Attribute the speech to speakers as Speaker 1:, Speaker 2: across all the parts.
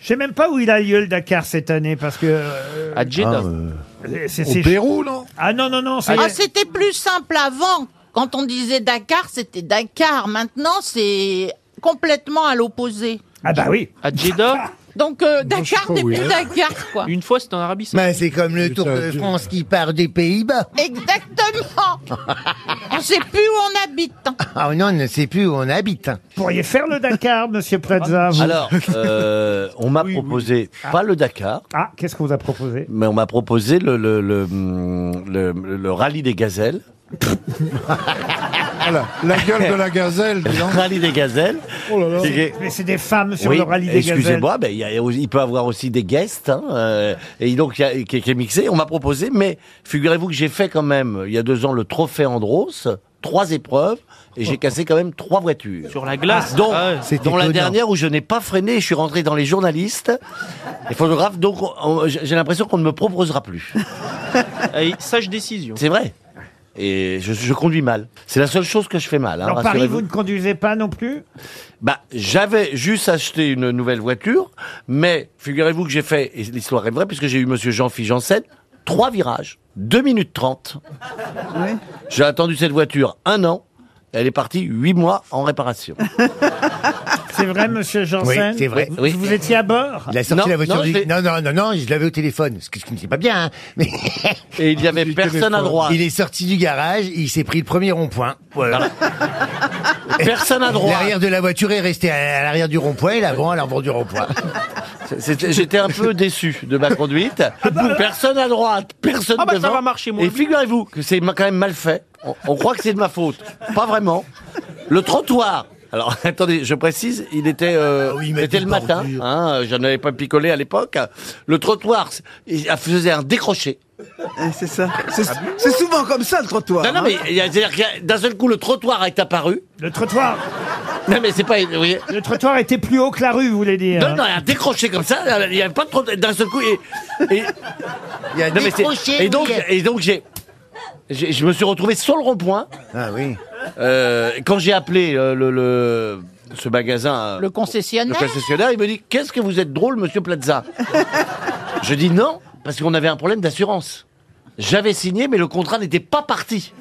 Speaker 1: Je sais même pas où il a lieu le Dakar cette année parce que. euh,
Speaker 2: À Jeddah.
Speaker 1: c'est-
Speaker 3: Au
Speaker 1: c'est-
Speaker 3: Pérou, non
Speaker 1: Ah non, non, non, c'est.
Speaker 4: Ah, c'était plus simple avant. Quand on disait Dakar, c'était Dakar. Maintenant, c'est complètement à l'opposé.
Speaker 1: Ah bah oui.
Speaker 2: À Jeddah,
Speaker 4: Donc euh, Dakar,
Speaker 3: pas
Speaker 4: c'est
Speaker 3: où
Speaker 4: plus
Speaker 3: il est.
Speaker 4: Dakar, quoi.
Speaker 2: une fois c'était en Arabie Saoudite.
Speaker 5: Mais Ben, c'est comme le Tour de
Speaker 3: Dieu.
Speaker 5: France qui part des Pays-Bas.
Speaker 4: Exactement. On sait plus où on habite.
Speaker 5: Ah non, on ne sait plus où on habite. hein.
Speaker 1: Vous pourriez faire le Dakar, monsieur Plaza. vous
Speaker 6: Alors, euh, on m'a proposé, pas le Dakar,
Speaker 1: Ah, qu'est-ce qu'on vous a proposé
Speaker 6: mais on m'a proposé le, le, le, hum, le, le rallye des gazelles.
Speaker 3: Ah, la, la gueule de la gazelle, dis
Speaker 6: Le
Speaker 3: donc.
Speaker 6: rallye des gazelles.
Speaker 3: Oh là là.
Speaker 6: Et-
Speaker 1: Mais c'est des femmes sur
Speaker 6: oui,
Speaker 1: le rallye des gazelles.
Speaker 6: excusez-moi, mais il, y a- il peut avoir aussi des guests, hein, euh, et donc il y a- qui, qui est mixé. On m'a proposé, mais figurez-vous que j'ai fait quand même il y a deux ans le trophée Andros, trois épreuves, et j'ai cassé quand même trois voitures.
Speaker 2: Sur la glace.
Speaker 6: dont,
Speaker 2: Ah ouais.
Speaker 5: C'était
Speaker 6: euh, dont la
Speaker 5: étonnant.
Speaker 6: dernière où je n'ai pas freiné, je suis rentré dans les journalistes, les photographes, donc on- on- j'ai l'impression qu'on ne me proposera plus.
Speaker 2: Allez, sage décision.
Speaker 6: C'est vrai. Et je, je conduis mal. C'est la seule chose que je fais mal. hein,
Speaker 1: Dans Paris,
Speaker 6: rassurez-vous.
Speaker 1: vous ne conduisez pas non plus
Speaker 6: Bah, j'avais juste acheté une nouvelle voiture, mais figurez-vous que j'ai fait, et l'histoire est vraie, puisque j'ai eu monsieur Jean-Philippe Janssen, trois virages, 2 minutes 30. J'ai attendu cette voiture un an, elle est partie huit mois en réparation.
Speaker 1: C'est vrai, monsieur Janssen
Speaker 5: c'est vrai.
Speaker 1: Vous,
Speaker 6: Oui.
Speaker 1: vous étiez à bord
Speaker 5: Il a sorti
Speaker 6: Non,
Speaker 5: la voiture.
Speaker 6: non,
Speaker 5: du-
Speaker 6: je l'ai-
Speaker 5: Non, non, non, non, je l'avais au téléphone. Ce que je ne sais pas bien. hein, Mais
Speaker 6: Et il n'y avait
Speaker 3: Du
Speaker 6: personne à
Speaker 3: téléphone.
Speaker 6: droite.
Speaker 5: il est sorti du garage, il s'est pris le premier rond-point. Voilà.
Speaker 6: Personne à droite.
Speaker 5: L'arrière de la voiture est resté à à l'arrière du rond-point et l'avant à l'avant du rond-point.
Speaker 6: C'était- J'étais un peu déçu de ma conduite. Personne à droite, personne
Speaker 2: bah, euh. Ah bah, ça
Speaker 6: devant.
Speaker 2: va marcher, moi.
Speaker 6: Et figurez-vous que c'est ma- quand même mal fait. On, on croit que c'est de ma faute. Pas vraiment. Le trottoir. Alors attendez, je précise, il était, euh,
Speaker 5: Ah oui, il m'a
Speaker 6: c'était
Speaker 5: dit
Speaker 6: le
Speaker 5: pas
Speaker 6: matin.
Speaker 5: ordure.
Speaker 6: Hein, euh, je n'avais pas picolé à l'époque. Le trottoir, c'est- il faisait un décroché.
Speaker 7: Eh, C'est ça. C'est c'est souvent comme ça le trottoir.
Speaker 6: Non, non,
Speaker 2: Ah.
Speaker 7: hein.
Speaker 6: mais il y a- c'est-à-dire qu'il y a- d'un seul coup, le trottoir est apparu.
Speaker 1: Le trottoir
Speaker 6: Non, mais c'est pas. vous voyez.
Speaker 1: le trottoir était plus haut que la rue, vous voulez dire
Speaker 6: Non, non, il y a un décroché comme ça. Il n'y avait pas de trottoir. D'un seul coup, et- et
Speaker 5: Il a
Speaker 6: Non, mais c'est- et donc, et donc j'ai, j'ai- je me suis retrouvé sur le rond-point.
Speaker 5: Ah oui.
Speaker 6: Euh, quand j'ai appelé euh, le, le- ce magasin, euh,
Speaker 4: Le
Speaker 6: le
Speaker 4: concessionnaire.
Speaker 6: concessionnaire, il me dit Qu'est-ce que vous êtes drôle, monsieur Plaza Je dis non, parce qu'on avait un problème d'assurance. J'avais signé, mais le contrat n'était pas parti.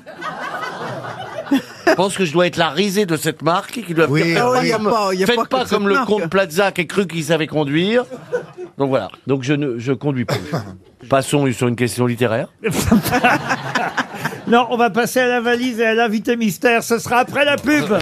Speaker 6: Je pense que je dois être la risée de cette marque qui doit
Speaker 5: Oui,
Speaker 6: faire
Speaker 5: ah
Speaker 6: pas
Speaker 5: oui.
Speaker 6: comme-
Speaker 7: Y a pas- y a
Speaker 6: faites
Speaker 7: pas
Speaker 6: pas,
Speaker 7: que cette
Speaker 6: comme le
Speaker 7: marque.
Speaker 6: comte Plaza qui a cru qu'il savait conduire. Donc voilà. Donc je ne je conduis plus. Passons sur une question littéraire.
Speaker 1: Non, on va passer à la valise et à l'invité mystère. Ce sera après la pub.